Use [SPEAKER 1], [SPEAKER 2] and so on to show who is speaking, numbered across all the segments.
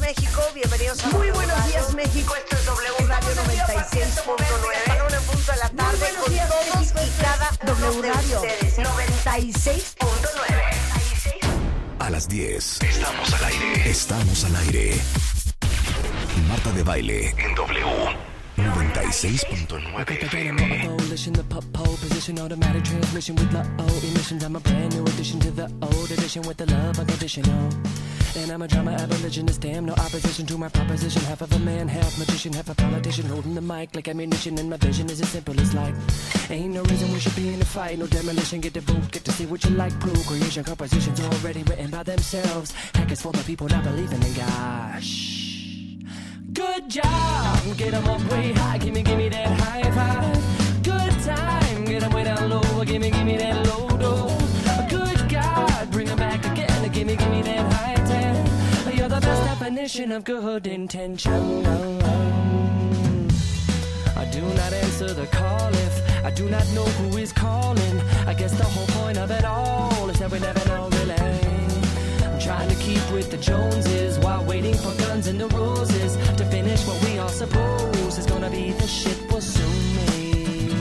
[SPEAKER 1] México, bienvenidos a
[SPEAKER 2] Muy buenos días, México.
[SPEAKER 1] Esto es W Radio 96.9. en punto de la
[SPEAKER 2] Muy
[SPEAKER 1] tarde
[SPEAKER 2] buenos
[SPEAKER 1] con
[SPEAKER 2] días,
[SPEAKER 1] todos
[SPEAKER 2] México.
[SPEAKER 1] y cada uno
[SPEAKER 2] W
[SPEAKER 1] de
[SPEAKER 2] Radio.
[SPEAKER 1] ustedes. 96.9.
[SPEAKER 3] A las 10. Estamos al aire. Estamos al aire. Marta de baile en W. 96.9.
[SPEAKER 4] Coalition, the pop pole position, automatic transmission with my old emissions. I'm a brand new addition to the old edition with the love unconditional. And I'm a drama abolitionist, damn no opposition to my proposition. Half of a man, half magician, half a politician, holding the mic like ammunition. And my vision is as simple as light. Ain't no reason we should be in a fight, no demolition. Get the vote, get to see what you like. Procreation, compositions already written by themselves. Hackers for the people not believing in gosh. Good job, get 'em up way high, gimme, gimme that high five. Good time, get 'em way down low, gimme, gimme that low dough. Good God, bring 'em back again, gimme, gimme that high ten. You're the best definition of good intention. I do not answer the call if I do not know who is calling. I guess the whole point of it all is that we never know really. I'm trying to keep with the Joneses while waiting for guns and the roses to finish what we all suppose is gonna be the shit we'll soon make.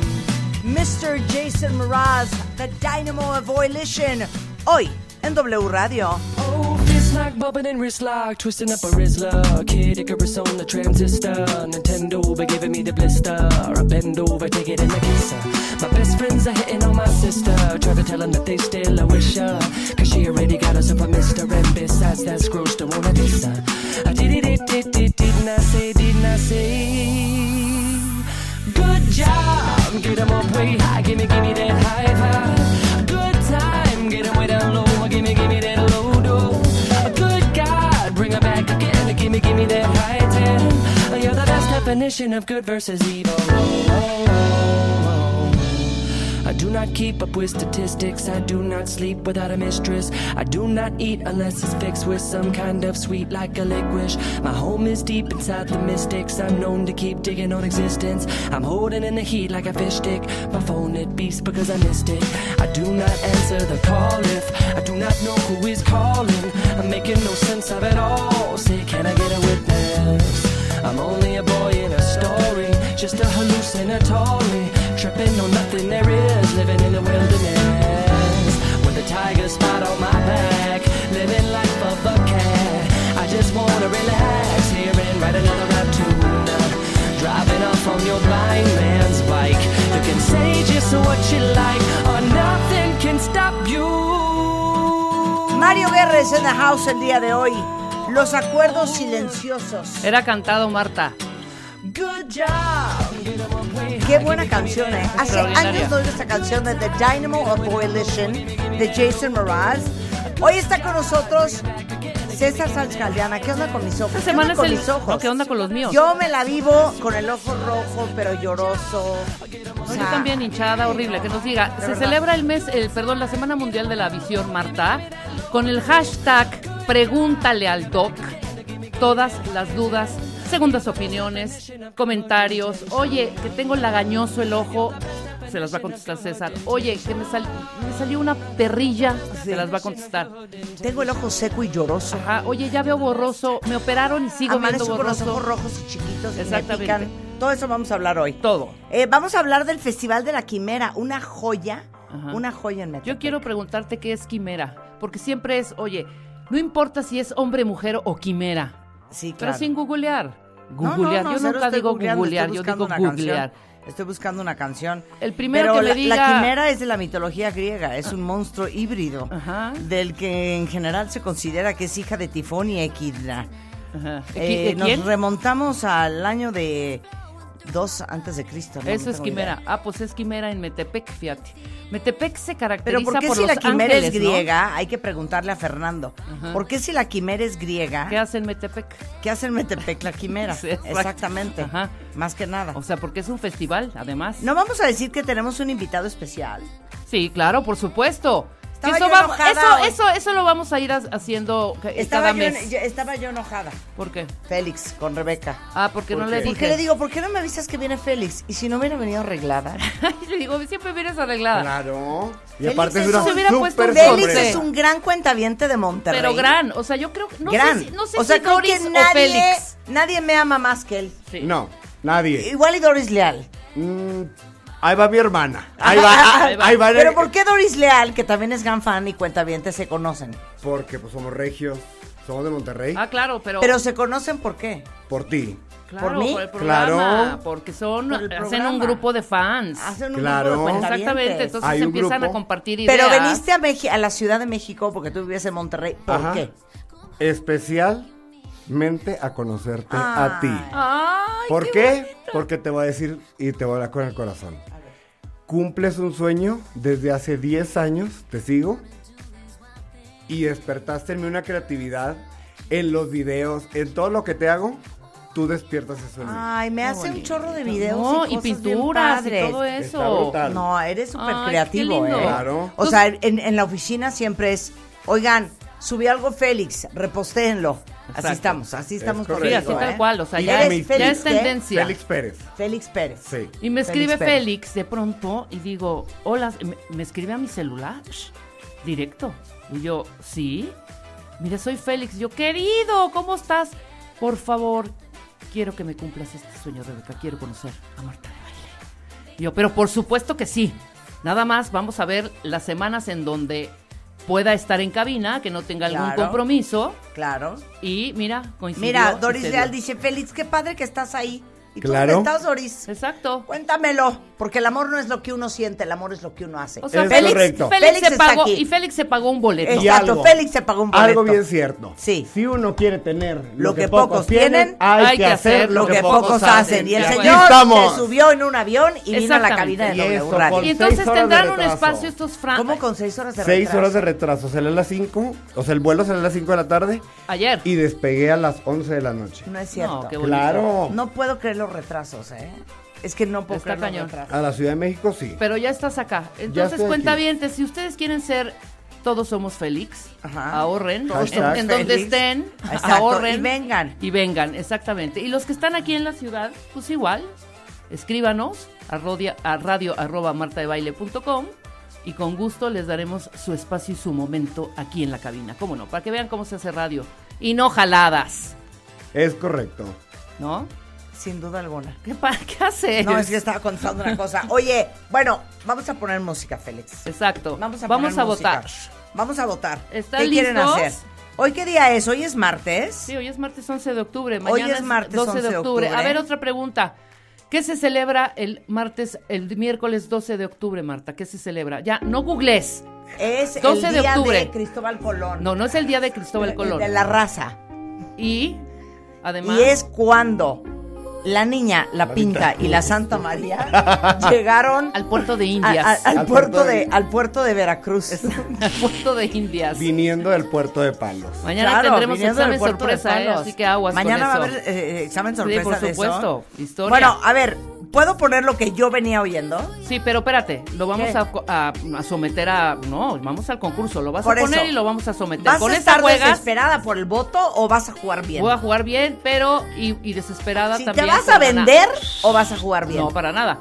[SPEAKER 1] Mr. Jason Mraz, the Dynamo of Oilition, hoy en W Radio.
[SPEAKER 4] Oh, fist lock, bumping and wrist lock, twisting up a Rizzler. Kid Icarus on the transistor. Nintendo be giving me the blister. I bend over, take it in the kisser. My best friends are hitting on my sister. Try to tell them that they still a wisher. Cause she already got herself a mister. And besides, that's gross, don't wanna diss her. I did it, it, it, it, didn't I say, didn't I say? Good job, get 'em up way high, gimme, gimme that high five. Good time, get 'em way down low, gimme, gimme that low dough. Good God, bring 'em back again, gimme, gimme that high ten. You're the best definition of good versus evil. I do not keep up with statistics. I do not sleep without a mistress. I do not eat unless it's fixed with some kind of sweet like a licorice. My home is deep inside the mystics. I'm known to keep digging on existence. I'm holding in the heat like a fish stick. My phone it beeps because I missed it. I do not answer the call if I do not know who is calling. I'm making no sense of it all. Say, can I get a witness? I'm only a boy in a story, just a hallucinatory, tripping on nothing there is, living in the wilderness. With a tiger spot on my back, living life of a cat. I just wanna relax here and write another rap tune. Driving off on your blind man's bike, you can say just what you like, or nothing can stop you.
[SPEAKER 1] Mario Guerra es en the house el día de hoy. Los acuerdos silenciosos.
[SPEAKER 5] Era cantado Marta.
[SPEAKER 4] Good job.
[SPEAKER 1] Qué buena canción, ¿eh? Hace
[SPEAKER 5] Extraordinaria.
[SPEAKER 1] años no oigo esta canción de The Dynamo of Oilition de Jason Mraz. Hoy está con nosotros César Sánchez Galdiana. ¿Qué onda con mis ojos?
[SPEAKER 5] Esta
[SPEAKER 1] ¿Qué onda
[SPEAKER 5] semana es
[SPEAKER 1] con
[SPEAKER 5] el.
[SPEAKER 1] mis ojos?
[SPEAKER 5] no, ¿Qué onda con los míos?
[SPEAKER 1] Yo me la vivo con el ojo rojo, pero lloroso. O
[SPEAKER 5] No, yo
[SPEAKER 1] sea,
[SPEAKER 5] también hinchada, horrible, que nos diga. Se
[SPEAKER 1] verdad.
[SPEAKER 5] celebra el mes, el, perdón, la Semana Mundial de la Visión, Marta, con el hashtag Pregúntale al Doc. Todas las dudas, segundas opiniones, comentarios. Oye, que tengo lagañoso el ojo. Se las va a contestar César. Oye, que me, sal- me salió una perrilla. Se las va a contestar.
[SPEAKER 1] Tengo el ojo seco y lloroso.
[SPEAKER 5] Ajá. Oye, ya veo borroso. Me operaron y sigo
[SPEAKER 1] Amanezco
[SPEAKER 5] viendo
[SPEAKER 1] con los
[SPEAKER 5] borroso.
[SPEAKER 1] ojos rojos y chiquitos y me
[SPEAKER 5] Exactamente.
[SPEAKER 1] pican. Todo eso vamos a hablar hoy.
[SPEAKER 5] Todo.
[SPEAKER 1] Eh, vamos a hablar del Festival de la Quimera, una joya,
[SPEAKER 5] Ajá.
[SPEAKER 1] una joya en Metepec.
[SPEAKER 5] Yo quiero preguntarte qué es quimera, porque siempre es, oye, no importa si es hombre, mujer o quimera,
[SPEAKER 1] Sí,
[SPEAKER 5] pero
[SPEAKER 1] claro.
[SPEAKER 5] sin googlear.
[SPEAKER 1] No, no,
[SPEAKER 5] Googlear,
[SPEAKER 1] no,
[SPEAKER 5] yo
[SPEAKER 1] cero
[SPEAKER 5] nunca
[SPEAKER 1] estoy
[SPEAKER 5] digo
[SPEAKER 1] googleando,
[SPEAKER 5] googlear,
[SPEAKER 1] estoy
[SPEAKER 5] yo
[SPEAKER 1] buscando
[SPEAKER 5] digo
[SPEAKER 1] una
[SPEAKER 5] googlear.
[SPEAKER 1] canción. Estoy buscando una canción.
[SPEAKER 5] El
[SPEAKER 1] Pero
[SPEAKER 5] primero que me
[SPEAKER 1] la, la
[SPEAKER 5] diga-
[SPEAKER 1] quimera es de la mitología griega, es un monstruo híbrido
[SPEAKER 5] Ajá.
[SPEAKER 1] del que en general se considera que es hija de Tifón y Equidna.
[SPEAKER 5] Ajá. ¿De qui-
[SPEAKER 1] Eh,
[SPEAKER 5] de
[SPEAKER 1] nos
[SPEAKER 5] quién?
[SPEAKER 1] remontamos al año de 2 antes de Cristo. ¿no?
[SPEAKER 5] Eso
[SPEAKER 1] No
[SPEAKER 5] es
[SPEAKER 1] tengo
[SPEAKER 5] quimera.
[SPEAKER 1] idea.
[SPEAKER 5] Ah, pues es quimera en Metepec, fíjate. Metepec se caracteriza
[SPEAKER 1] Pero ¿por qué
[SPEAKER 5] por
[SPEAKER 1] si
[SPEAKER 5] los
[SPEAKER 1] la quimera es
[SPEAKER 5] ángeles,
[SPEAKER 1] griega? Hay que preguntarle a Fernando. ¿Por qué si la quimera es griega?
[SPEAKER 5] ¿no? ¿Qué hace en Metepec?
[SPEAKER 1] ¿Qué hace en Metepec la quimera?
[SPEAKER 5] Sí, exacto.
[SPEAKER 1] Exactamente.
[SPEAKER 5] Ajá.
[SPEAKER 1] Más que nada.
[SPEAKER 5] O sea, porque es un festival, además.
[SPEAKER 1] No vamos a decir que tenemos un invitado especial.
[SPEAKER 5] Sí, claro, por supuesto.
[SPEAKER 1] Estaba
[SPEAKER 5] eso,
[SPEAKER 1] yo
[SPEAKER 5] vamos-
[SPEAKER 1] enojada
[SPEAKER 5] eso,
[SPEAKER 1] hoy.
[SPEAKER 5] eso, eso lo vamos a ir as- haciendo ca-
[SPEAKER 1] Estaba
[SPEAKER 5] cada
[SPEAKER 1] yo, en-
[SPEAKER 5] mes.
[SPEAKER 1] yo- estaba yo enojada.
[SPEAKER 5] ¿Por qué?
[SPEAKER 1] Félix, con Rebeca.
[SPEAKER 5] Ah, porque no le dije.
[SPEAKER 1] ¿Por qué le digo, por qué no me avisas que viene Félix? Y si no hubiera venido arreglada.
[SPEAKER 5] Ay, le digo, siempre vienes arreglada.
[SPEAKER 2] Claro. Y
[SPEAKER 1] Félix
[SPEAKER 2] aparte
[SPEAKER 1] es
[SPEAKER 2] es una
[SPEAKER 1] un- Se
[SPEAKER 5] hubiera puesto
[SPEAKER 2] super
[SPEAKER 5] un
[SPEAKER 1] Félix
[SPEAKER 5] hombre.
[SPEAKER 1] es un gran cuentaviente de Monterrey.
[SPEAKER 5] Pero gran, o sea, yo creo que no
[SPEAKER 1] gran.
[SPEAKER 5] sé si, no sé
[SPEAKER 1] o sea,
[SPEAKER 5] si
[SPEAKER 1] creo
[SPEAKER 5] Doris
[SPEAKER 1] que
[SPEAKER 5] o
[SPEAKER 1] nadie,
[SPEAKER 5] Félix.
[SPEAKER 1] nadie me ama más que él.
[SPEAKER 5] Sí.
[SPEAKER 2] No, nadie.
[SPEAKER 1] Igual y Doris Leal.
[SPEAKER 2] Mm, ahí va mi hermana. Ahí va.
[SPEAKER 5] Ahí
[SPEAKER 2] ahí
[SPEAKER 5] va.
[SPEAKER 2] va.
[SPEAKER 1] Pero ¿por qué Doris Leal, que también es gran fan y cuentaviente, se conocen?
[SPEAKER 2] Porque pues somos regios. Somos de Monterrey.
[SPEAKER 5] Ah, claro, pero,
[SPEAKER 1] Pero se conocen por qué.
[SPEAKER 2] Por ti.
[SPEAKER 5] claro,
[SPEAKER 1] ¿por mí?
[SPEAKER 5] el programa,
[SPEAKER 2] Claro.
[SPEAKER 5] porque son
[SPEAKER 1] Por el
[SPEAKER 5] hacen un
[SPEAKER 1] programa.
[SPEAKER 5] grupo de fans.
[SPEAKER 1] Hacen un
[SPEAKER 2] Claro.
[SPEAKER 1] grupo de cuentavientes.
[SPEAKER 5] Exactamente, entonces
[SPEAKER 2] Hay un
[SPEAKER 5] empiezan
[SPEAKER 2] grupo.
[SPEAKER 5] a compartir ideas.
[SPEAKER 1] Pero veniste a, Meji- a la Ciudad de México porque tú vivías en Monterrey. ¿Por
[SPEAKER 2] Ajá.
[SPEAKER 1] qué?
[SPEAKER 2] Especialmente a conocerte a ti.
[SPEAKER 5] Ah. Ay,
[SPEAKER 2] ¿Por
[SPEAKER 5] qué
[SPEAKER 2] qué?
[SPEAKER 5] bonito.
[SPEAKER 2] Porque te voy a decir y te voy a hablar con el corazón. Cumples un sueño desde hace 10 años, te sigo, y despertaste en mí una creatividad en los videos, en todo lo que te hago, tú despiertas eso en mí.
[SPEAKER 5] Ah,
[SPEAKER 1] Ay, me hace un chorro de videos
[SPEAKER 5] No,
[SPEAKER 1] y,
[SPEAKER 5] y,
[SPEAKER 1] cosas bien
[SPEAKER 5] pinturas y
[SPEAKER 1] padres.
[SPEAKER 5] todo
[SPEAKER 2] Está
[SPEAKER 5] eso.
[SPEAKER 2] brutal.
[SPEAKER 1] No, eres súper
[SPEAKER 5] Ay,
[SPEAKER 1] creativo,
[SPEAKER 5] qué lindo.
[SPEAKER 1] ¿eh?
[SPEAKER 2] Claro.
[SPEAKER 1] O sea, en, en la oficina siempre es, oigan, subí algo Félix, repostéenlo. Así
[SPEAKER 5] Exacto.
[SPEAKER 1] estamos, así estamos
[SPEAKER 2] correcto.
[SPEAKER 5] Sí,
[SPEAKER 1] contigo,
[SPEAKER 5] así
[SPEAKER 1] ¿eh?
[SPEAKER 5] tal cual, o sea,
[SPEAKER 2] Y
[SPEAKER 5] ya,
[SPEAKER 2] eres
[SPEAKER 5] es, ya
[SPEAKER 1] Félix,
[SPEAKER 5] es
[SPEAKER 1] ¿eh?
[SPEAKER 5] tendencia.
[SPEAKER 2] Félix Pérez,
[SPEAKER 1] Félix Pérez.
[SPEAKER 2] sí.
[SPEAKER 5] Y me
[SPEAKER 1] Félix
[SPEAKER 5] escribe
[SPEAKER 1] Pérez.
[SPEAKER 5] Félix de pronto y digo, hola, me, me escribe a mi celular, shh, directo. Y yo, sí, mira, soy Félix. Yo, querido, ¿cómo estás? Por favor, quiero que me cumplas este sueño, Rebeca. Quiero conocer a Marta de Baile. Y yo, pero por supuesto que sí. Nada más vamos a ver las semanas en donde pueda estar en cabina, que no tenga algún
[SPEAKER 1] Claro.
[SPEAKER 5] compromiso.
[SPEAKER 1] Claro.
[SPEAKER 5] Y mira, coincidió. este
[SPEAKER 1] Mira,
[SPEAKER 5] y
[SPEAKER 1] Doris
[SPEAKER 5] se dio.
[SPEAKER 1] Leal dice, Félix, qué padre que estás ahí. ¿Y tú
[SPEAKER 2] Claro.
[SPEAKER 1] dónde estás, Doris?
[SPEAKER 5] Exacto.
[SPEAKER 1] Cuéntamelo, porque el amor no es lo que uno siente, el amor es lo que uno hace.
[SPEAKER 5] O sea,
[SPEAKER 2] Es
[SPEAKER 5] Félix,
[SPEAKER 2] correcto.
[SPEAKER 5] Félix
[SPEAKER 1] Félix
[SPEAKER 5] se
[SPEAKER 1] está
[SPEAKER 5] pagó
[SPEAKER 1] aquí.
[SPEAKER 5] y Félix se pagó un boleto.
[SPEAKER 1] Es- Exacto, Félix se pagó un boleto.
[SPEAKER 2] Algo bien cierto.
[SPEAKER 1] Sí.
[SPEAKER 2] Si uno quiere tener lo,
[SPEAKER 1] que pocos tienen,
[SPEAKER 2] hay, que hacer
[SPEAKER 1] lo que pocos hacen. Y el
[SPEAKER 5] Ya,
[SPEAKER 2] aquí
[SPEAKER 1] señor
[SPEAKER 2] estamos.
[SPEAKER 1] se subió en un avión y vino a la
[SPEAKER 5] Exactamente.
[SPEAKER 1] cabina de
[SPEAKER 2] Y
[SPEAKER 1] W
[SPEAKER 2] eso,
[SPEAKER 1] Radio.
[SPEAKER 2] por-
[SPEAKER 5] Y
[SPEAKER 2] seis
[SPEAKER 5] entonces
[SPEAKER 2] horas de
[SPEAKER 5] tendrán un
[SPEAKER 2] retraso.
[SPEAKER 5] espacio estos fran...
[SPEAKER 1] ¿Cómo con seis horas de
[SPEAKER 2] Seis
[SPEAKER 1] retraso?
[SPEAKER 2] horas de retraso, salí a las 5, o sea, el vuelo sale a las 5 de la tarde
[SPEAKER 5] Ayer.
[SPEAKER 2] y despegué a las 11 de la noche.
[SPEAKER 1] No es cierto.
[SPEAKER 5] No, qué bonito.
[SPEAKER 2] Claro.
[SPEAKER 1] No puedo creer los retrasos, ¿eh? Es que no puedo
[SPEAKER 5] Está
[SPEAKER 1] creer
[SPEAKER 5] cañón.
[SPEAKER 1] los retrasos.
[SPEAKER 2] A la Ciudad de México sí.
[SPEAKER 5] Pero ya estás acá.
[SPEAKER 2] estoy
[SPEAKER 5] Entonces,
[SPEAKER 2] aquí.
[SPEAKER 5] cuenta bien, si ustedes quieren ser todos somos Félix,
[SPEAKER 1] Ajá.
[SPEAKER 5] ahorren,
[SPEAKER 2] Todos
[SPEAKER 5] en,
[SPEAKER 2] somos
[SPEAKER 5] en donde
[SPEAKER 1] Félix.
[SPEAKER 5] estén,
[SPEAKER 1] Exacto,
[SPEAKER 5] ahorren.
[SPEAKER 1] y vengan.
[SPEAKER 5] Y vengan, exactamente. Y los que están aquí en la ciudad, pues igual, escríbanos a, rodia- a radio arroba martadebaile.com y con gusto les daremos su espacio y su momento aquí en la cabina. ¿Cómo no? Para que vean cómo se hace radio. Y no jaladas,
[SPEAKER 2] Es correcto.
[SPEAKER 5] ¿no?
[SPEAKER 2] Ah.
[SPEAKER 1] Sin duda alguna.
[SPEAKER 5] ¿Qué, pa- qué haces?
[SPEAKER 1] No, es que estaba contando una cosa. Oye, bueno, vamos a poner música, Félix.
[SPEAKER 5] Exacto.
[SPEAKER 1] Vamos a,
[SPEAKER 5] Vamos
[SPEAKER 1] poner
[SPEAKER 5] a
[SPEAKER 1] música.
[SPEAKER 5] votar.
[SPEAKER 1] Vamos a votar.
[SPEAKER 5] ¿Están
[SPEAKER 1] ¿Qué quieren
[SPEAKER 5] listos?
[SPEAKER 1] hacer? ¿Hoy qué día es? ¿Hoy es martes?
[SPEAKER 5] Sí, hoy es martes 11 de octubre.
[SPEAKER 1] Hoy
[SPEAKER 5] Mañana
[SPEAKER 1] es martes
[SPEAKER 5] 12
[SPEAKER 1] 11 de
[SPEAKER 5] de octubre.
[SPEAKER 1] octubre.
[SPEAKER 5] A ver, otra pregunta. ¿Qué se celebra el martes, el miércoles 12 de octubre, Marta? ¿Qué se celebra? Ya, no googles.
[SPEAKER 1] Es
[SPEAKER 5] 12
[SPEAKER 1] el
[SPEAKER 5] de
[SPEAKER 1] día de,
[SPEAKER 5] octubre.
[SPEAKER 1] Cristóbal Colón.
[SPEAKER 5] No, no es el día de Cristóbal Colón.
[SPEAKER 1] De la raza.
[SPEAKER 5] Y, además,
[SPEAKER 1] Y es cuando la niña, la pinta y la Santa María llegaron
[SPEAKER 5] al puerto de
[SPEAKER 1] a- a-
[SPEAKER 5] Indias.
[SPEAKER 1] al,
[SPEAKER 2] Al
[SPEAKER 1] puerto
[SPEAKER 2] puerto
[SPEAKER 1] de,
[SPEAKER 2] de-
[SPEAKER 1] al puerto de Veracruz.
[SPEAKER 5] al puerto de Indias.
[SPEAKER 2] Viniendo del puerto de Palos.
[SPEAKER 5] Mañana
[SPEAKER 1] Claro,
[SPEAKER 5] tendremos
[SPEAKER 1] viniendo del
[SPEAKER 5] examen
[SPEAKER 1] puerto de
[SPEAKER 5] sorpresa, ¿eh?
[SPEAKER 1] Palos.
[SPEAKER 5] así que aguas
[SPEAKER 1] Mañana
[SPEAKER 5] con
[SPEAKER 1] va a
[SPEAKER 5] eso.
[SPEAKER 1] haber eh, examen
[SPEAKER 5] Sí,
[SPEAKER 1] sorpresa
[SPEAKER 5] por
[SPEAKER 1] de eso.
[SPEAKER 5] supuesto, historia.
[SPEAKER 1] Bueno, a ver, ¿puedo poner lo que yo venía oyendo?
[SPEAKER 5] Sí, pero espérate, lo vamos
[SPEAKER 1] ¿Qué?
[SPEAKER 5] a, co- a- a someter a... No, vamos al concurso, lo vas
[SPEAKER 1] Por
[SPEAKER 5] a poner
[SPEAKER 1] eso.
[SPEAKER 5] y lo vamos a someter.
[SPEAKER 1] ¿Vas
[SPEAKER 5] Con
[SPEAKER 1] a
[SPEAKER 5] esta
[SPEAKER 1] estar
[SPEAKER 5] juegas,
[SPEAKER 1] desesperada por el voto o vas a jugar bien?
[SPEAKER 5] Voy a jugar bien, pero y, y desesperada
[SPEAKER 1] Si te
[SPEAKER 5] también.
[SPEAKER 1] vas
[SPEAKER 5] por
[SPEAKER 1] a
[SPEAKER 5] ganar.
[SPEAKER 1] vender o vas a jugar bien.
[SPEAKER 5] No, para nada.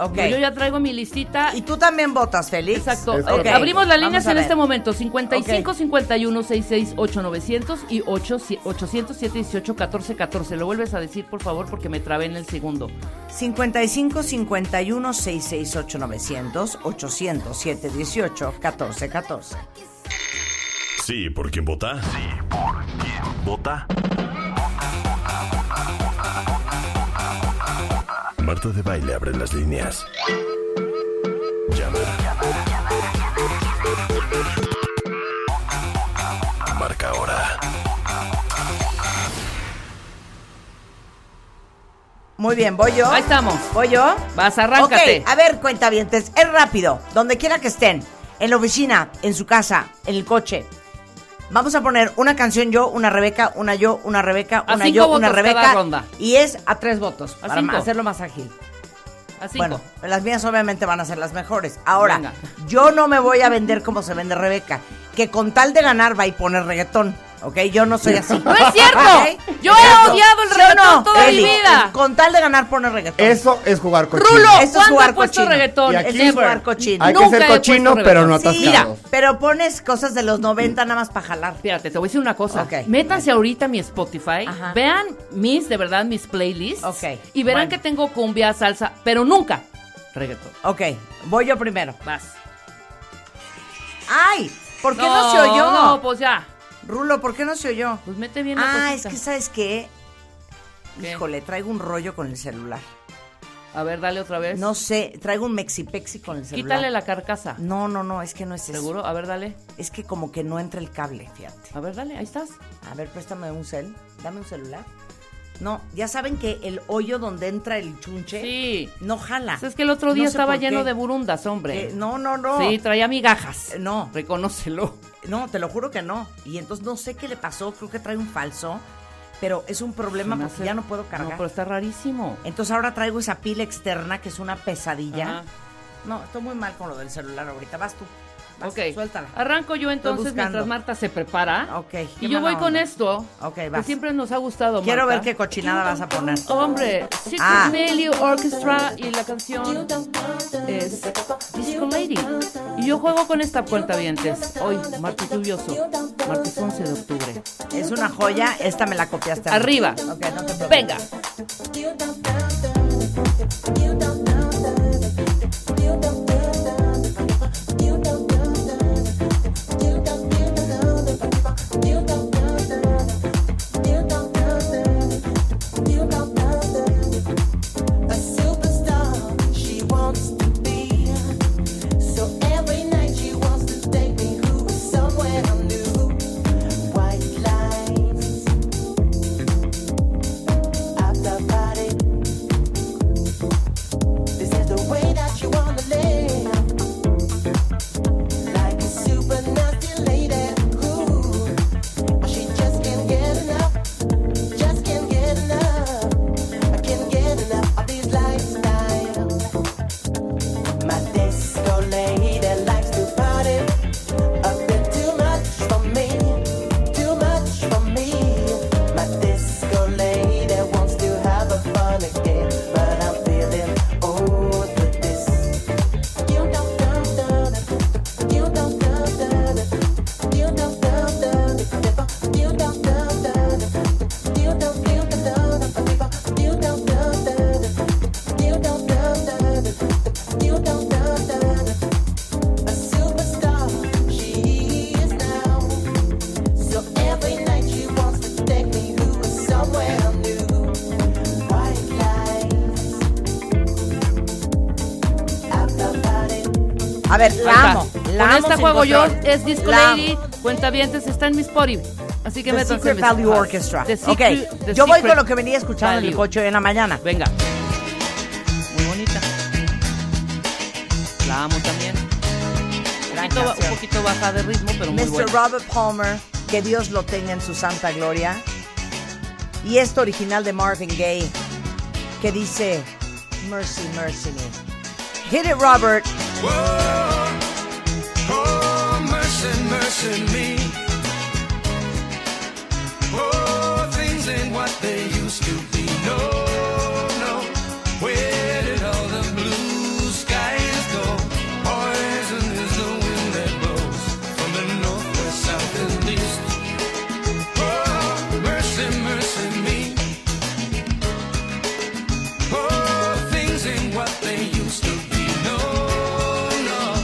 [SPEAKER 1] Ok.
[SPEAKER 5] No, Yo ya traigo mi listita.
[SPEAKER 1] Y tú también votas, Félix.
[SPEAKER 5] Exacto.
[SPEAKER 2] Es
[SPEAKER 5] Eh,
[SPEAKER 2] correcto.
[SPEAKER 5] Abrimos las
[SPEAKER 1] Vamos
[SPEAKER 5] líneas
[SPEAKER 1] a
[SPEAKER 5] en
[SPEAKER 1] ver.
[SPEAKER 5] este momento. 55 51 66 8 900 y 8 807 18 14 14. Lo vuelves a decir, por favor, porque me trabé en el segundo.
[SPEAKER 1] 55 51 668 900 800 718 14 14.
[SPEAKER 6] Sí, por quien vota. Sí, por quien vota. Marta de baile abre las líneas. Llama. Marca ahora.
[SPEAKER 1] Muy bien, voy yo.
[SPEAKER 5] Ahí estamos.
[SPEAKER 1] ¿Voy yo?
[SPEAKER 5] Vas, arráncate.
[SPEAKER 1] Ok, a ver, cuentavientes, es rápido. Donde quiera que estén, en la oficina, en su casa, en el coche. Vamos a poner una canción yo, una Rebeca, una yo, una Rebeca,
[SPEAKER 5] A
[SPEAKER 1] una
[SPEAKER 5] cinco
[SPEAKER 1] yo, una
[SPEAKER 5] votos
[SPEAKER 1] Rebeca.
[SPEAKER 5] cada ronda.
[SPEAKER 1] Y es a tres votos, para
[SPEAKER 5] cinco.
[SPEAKER 1] hacerlo más ágil.
[SPEAKER 5] A cinco.
[SPEAKER 1] Bueno, las mías obviamente van a ser las mejores. Ahora,
[SPEAKER 5] Venga.
[SPEAKER 1] yo no me voy a vender como se vende Rebeca, que con tal de ganar va y pone reggaetón. ¿Ok? Yo no soy así.
[SPEAKER 5] ¡No es cierto!
[SPEAKER 1] ¿Ok?
[SPEAKER 5] Yo he odiado el
[SPEAKER 1] ¿Sí o
[SPEAKER 5] reggaetón toda mi
[SPEAKER 1] Eli?
[SPEAKER 5] vida.
[SPEAKER 1] Con tal de ganar pone reggaetón.
[SPEAKER 2] Eso es jugar cochino.
[SPEAKER 5] ¡Rulo!
[SPEAKER 1] Eso es
[SPEAKER 5] ¿Cuándo
[SPEAKER 1] jugar
[SPEAKER 5] he puesto
[SPEAKER 1] cochino.
[SPEAKER 5] reggaetón?
[SPEAKER 2] Y aquí
[SPEAKER 1] Eso es
[SPEAKER 5] Ever.
[SPEAKER 1] jugar cochino.
[SPEAKER 2] Hay que
[SPEAKER 5] Nunca
[SPEAKER 2] ser
[SPEAKER 5] he puesto
[SPEAKER 2] cochino, pero no
[SPEAKER 1] Sí, mira,
[SPEAKER 2] atascado.
[SPEAKER 1] pero pones cosas de los 90 nada más para jalar.
[SPEAKER 5] Espérate, te voy a decir una cosa.
[SPEAKER 1] Ok.
[SPEAKER 5] Métanse ahorita a mi Spotify,
[SPEAKER 1] Ajá.
[SPEAKER 5] vean mis, de verdad, mis playlists.
[SPEAKER 1] Ok.
[SPEAKER 5] Y verán
[SPEAKER 1] Bueno.
[SPEAKER 5] que tengo cumbia, salsa, pero nunca reggaetón.
[SPEAKER 1] Ok, voy yo primero.
[SPEAKER 5] Vas.
[SPEAKER 1] ¡Ay! ¿Por qué no, se oyó?
[SPEAKER 5] No, pues ya.
[SPEAKER 1] Rulo, ¿por qué no se oyó?
[SPEAKER 5] Pues mete bien la
[SPEAKER 1] Ah, es
[SPEAKER 5] cosita.
[SPEAKER 1] que ¿sabes qué?
[SPEAKER 5] ¿Qué?
[SPEAKER 1] Híjole, traigo un rollo con el celular.
[SPEAKER 5] A ver, dale otra vez.
[SPEAKER 1] No sé, traigo un mexipexi con el celular.
[SPEAKER 5] Quítale la carcasa.
[SPEAKER 1] No, no, no, es que no es eso.
[SPEAKER 5] ¿Seguro? A ver, dale.
[SPEAKER 1] Es que como que no entra el cable, fíjate.
[SPEAKER 5] A ver, dale. Ahí estás.
[SPEAKER 1] A ver, préstame un cel. Dame un celular. No, ya saben que el hoyo donde entra el chunche
[SPEAKER 5] Sí.
[SPEAKER 1] no jala.
[SPEAKER 5] Pues Es que el otro día
[SPEAKER 1] No sé
[SPEAKER 5] estaba
[SPEAKER 1] por qué.
[SPEAKER 5] lleno de burundas, hombre.
[SPEAKER 1] Eh, no, no, no.
[SPEAKER 5] Sí, traía migajas.
[SPEAKER 1] Eh, no.
[SPEAKER 5] Reconócelo.
[SPEAKER 1] No, te lo juro que no. Y entonces no sé qué le pasó, creo que trae un falso, pero es un problema
[SPEAKER 5] Se me
[SPEAKER 1] porque
[SPEAKER 5] hace-
[SPEAKER 1] ya no puedo cargar.
[SPEAKER 5] No, pero está rarísimo.
[SPEAKER 1] Entonces ahora traigo esa pila externa que es una pesadilla.
[SPEAKER 5] Ajá.
[SPEAKER 1] No, estoy muy mal con lo del celular ahorita. Vas tú. Vas,
[SPEAKER 5] Ok.
[SPEAKER 1] Suéltala.
[SPEAKER 5] Arranco yo entonces
[SPEAKER 1] buscando.
[SPEAKER 5] mientras Marta se prepara.
[SPEAKER 1] Ok, qué
[SPEAKER 5] Y yo voy
[SPEAKER 1] mala
[SPEAKER 5] con
[SPEAKER 1] onda.
[SPEAKER 5] esto.
[SPEAKER 1] Ok,
[SPEAKER 5] Que
[SPEAKER 1] vas.
[SPEAKER 5] siempre nos ha gustado,
[SPEAKER 1] Quiero ver
[SPEAKER 5] Marta.
[SPEAKER 1] qué cochinada vas a poner.
[SPEAKER 5] Hombre, Secret
[SPEAKER 1] Ah.
[SPEAKER 5] Value Orchestra y la canción es Disco Lady. Y yo juego con esta cuenta vientes. Hoy, martes lluvioso. Martes 11 de octubre.
[SPEAKER 1] Es una joya. Esta me la copiaste. a mí.
[SPEAKER 5] Arriba.
[SPEAKER 1] Ok, no te preocupes.
[SPEAKER 5] Venga.
[SPEAKER 7] A superstar she wants to be. So every night she wants to take me who somewhere new. White lines out the body. This is the way that you wanna live. Like a super nasty lady who she just can't get enough. Just can't get enough. I can't get enough of this lifestyle. My disco lady likes to party. A bit too much for me. Too much for me. My disco lady wants to have a fun again. But I'm feeling oh, old for this. You don't You don't You don't You don't You don't
[SPEAKER 1] A ver, la
[SPEAKER 5] Ahí
[SPEAKER 1] amo.
[SPEAKER 5] está.
[SPEAKER 1] La
[SPEAKER 5] con
[SPEAKER 1] amo
[SPEAKER 5] esta
[SPEAKER 1] sin
[SPEAKER 5] juego yo.
[SPEAKER 1] control.
[SPEAKER 5] Es Disco
[SPEAKER 1] La
[SPEAKER 5] Lady.
[SPEAKER 1] amo.
[SPEAKER 5] Cuenta vientes está en mi Spotify. Así que
[SPEAKER 1] The
[SPEAKER 5] métanse
[SPEAKER 1] Secret
[SPEAKER 5] mis-
[SPEAKER 1] Value Orchestra.
[SPEAKER 5] The
[SPEAKER 1] ok,
[SPEAKER 5] Secret- The
[SPEAKER 1] yo voy
[SPEAKER 5] Secret
[SPEAKER 1] con lo que venía escuchando en el
[SPEAKER 5] Value.
[SPEAKER 1] coche hoy en la mañana.
[SPEAKER 5] Venga. Muy bonita. La amo también. Un
[SPEAKER 1] Gran
[SPEAKER 5] poquito,
[SPEAKER 1] canción.
[SPEAKER 5] un poquito baja de ritmo, pero muy
[SPEAKER 1] Mr.
[SPEAKER 5] buena.
[SPEAKER 1] Robert Palmer, que Dios lo tenga en su santa gloria. Y esto original de Marvin Gaye, que dice Mercy, Mercy Me. Hit it, Robert.
[SPEAKER 8] Oh, mercy, mercy me. Oh, things ain't what they used to be. No, no. Where did all the blue skies go? Poison is the wind that blows from the northwest, south, and east. Oh, mercy, mercy me. Oh, things ain't what they used to be. No, no.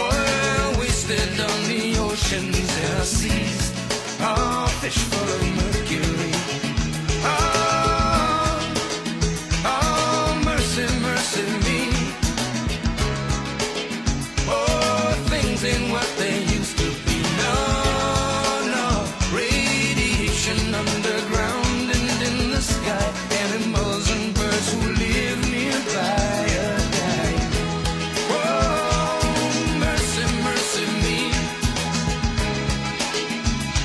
[SPEAKER 8] Oil wasted on the oceans and our seas. Oh, Oh, Oh,